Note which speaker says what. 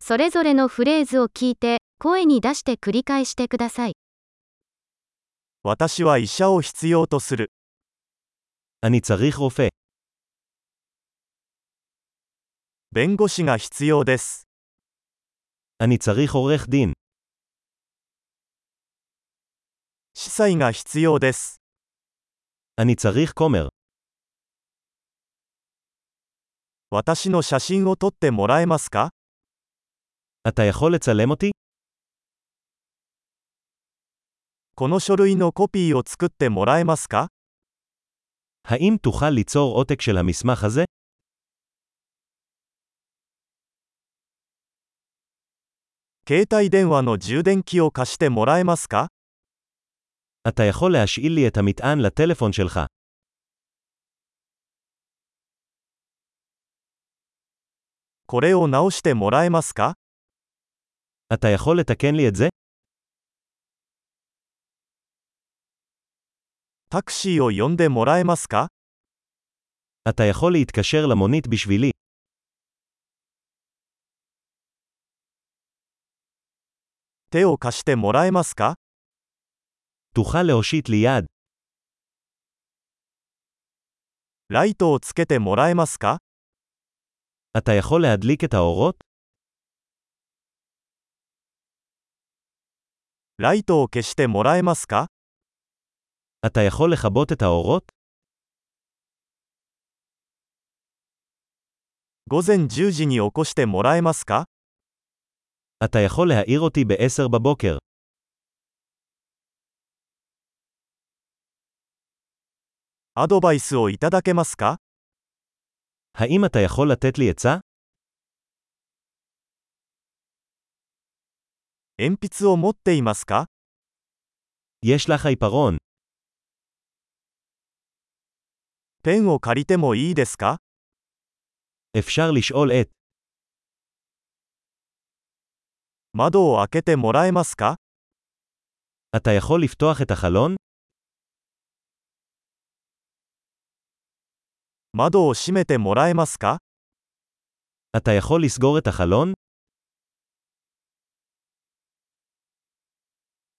Speaker 1: それぞれのフレーズを聞いて、声に出して繰り返してください。
Speaker 2: 私は医者を必要とする。
Speaker 3: אני צריך רופא.
Speaker 2: 弁護士が必要です。
Speaker 3: אני צריך עורך דין.
Speaker 2: 司祭が必要です。
Speaker 3: אני צריך כומר.
Speaker 2: 私の写真を撮ってもらえますか
Speaker 3: אתה יכול לצלם אותי?
Speaker 2: この書類のコピーを作ってもらえますか
Speaker 3: האם תוכל ליצור עותק של המסמך הזה?
Speaker 2: 携帯電話の充電器を貸してもらえますか
Speaker 3: אתה יכול להשאיל לי את המטען לטלפון שלך.
Speaker 2: これを直してもらえますか
Speaker 3: אתה יכול לתקן לי את זה?
Speaker 2: タクシーを呼んでもらえますか
Speaker 3: אתה יכול להתקשר למונית בשבילי.
Speaker 2: 手を貸してもらえますか
Speaker 3: תוכל להושיט לי יד.
Speaker 2: ライトをつけてもらえますか
Speaker 3: אתה יכול להדליק את האורות?
Speaker 2: ライトを消してもらえますか
Speaker 3: אתה יכול לכבות את האורות?
Speaker 2: 午前10時に起こしてもらえますか
Speaker 3: אתה יכול להעיר אותי ב-10 בבוקר.
Speaker 2: アドバイスをいただけますか
Speaker 3: האם אתה יכול לתת לי עצה?
Speaker 2: 鉛筆を持っていますか
Speaker 3: יש לך עיפרון.
Speaker 2: ペンを借りてもいいですか
Speaker 3: אפשר לשאול את.
Speaker 2: 窓を開けてもらえますか
Speaker 3: אתה יכול לפתוח את החלון?
Speaker 2: 窓を閉めてもらえますか
Speaker 3: אתה יכול לסגור את החלון?